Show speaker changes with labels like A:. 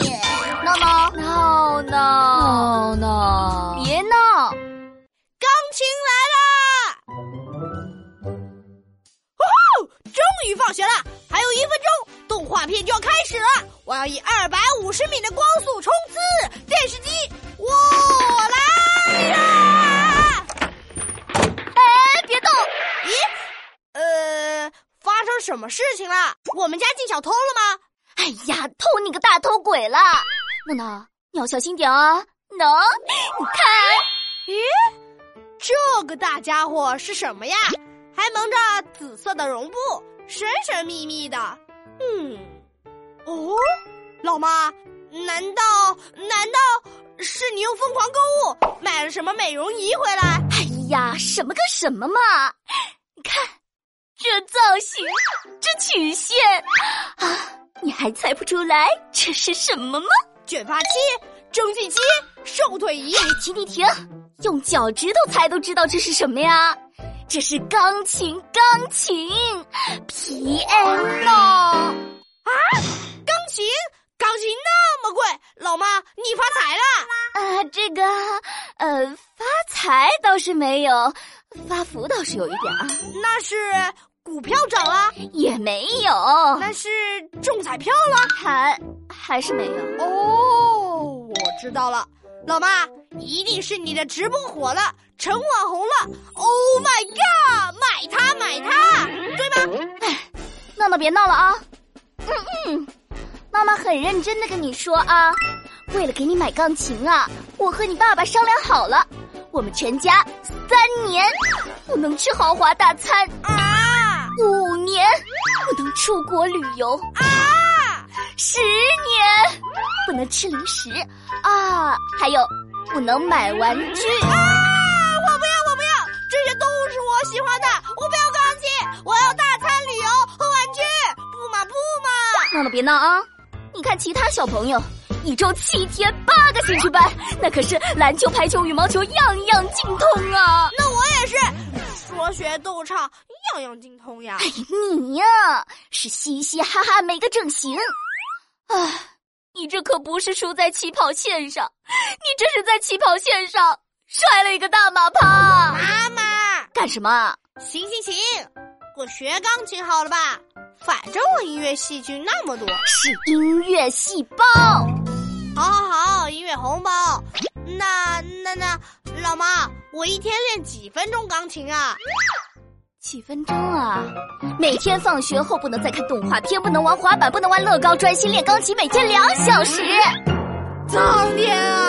A: 闹闹，
B: 闹闹，
A: 闹闹，
B: 别闹！
C: 钢琴来啦！哦吼！终于放学了，还有一分钟，动画片就要开始了。我要以二百五十米的光速冲刺！电视机，我来啦！
B: 哎，别动！
C: 咦，呃，发生什么事情了？我们家进小偷了吗？
B: 哎呀，偷你个大偷鬼啦！闹闹，你要小心点啊！喏、你看，
C: 这个大家伙是什么呀？还蒙着紫色的绒布，神神秘秘的。嗯，哦，老妈，难道难道是你又疯狂购物买了什么美容仪回来？
B: 哎呀，什么跟什么嘛！你看，这造型，这曲线啊，你还猜不出来这是什么吗？
C: 卷发器、蒸汽机、瘦腿仪。
B: 哎，停停停！用脚趾头猜都知道这是什么呀？这是钢琴，钢琴，piano。
C: 钢琴，钢琴那么贵，老妈你发财了！
B: 啊，这个，呃，发财倒是没有，发福倒是有一点啊，
C: 那是股票涨了，
B: 也没有，
C: 那是中彩票
B: 还还是没有。
C: 了。哦，我知道了，老妈，一定是你的直播火了，成网红了。Oh my god，买它啊买它！
B: 闹闹，别闹了啊！嗯嗯，妈妈很认真的跟你说啊，为了给你买钢琴啊，我和你爸爸商量好了，我们全家三年不能吃豪华大餐，
C: 啊，
B: 五年不能出国旅游啊，十年不能吃零食啊，还有不能买玩具。
C: 我不要我不要，这些都是我喜欢的，我不要钢琴，我要大餐、旅游和玩具。不嘛不嘛。
B: 闹闹别闹啊！你看其他小朋友，一周七天八个兴趣班，那可是篮球、排球、羽毛球样样精通啊！
C: 那我也是，说学逗唱，样样精通呀。
B: 你呀、是嘻嘻哈哈没个正形，啊，你这可不是输在起跑线上，你这是在起跑线上摔了一个大马趴！
C: 妈妈，
B: 干什么？啊
C: 行行行，我学钢琴好了吧？反正我音乐戏剧那么多。
B: 是音乐细胞。
C: 好好好，音乐红包。那那那，老妈，我一天练几分钟钢琴啊？
B: 几分钟啊！每天放学后不能再看动画片，不能玩滑板，不能玩乐高，专心练钢琴，每天两小时。
C: 苍天啊！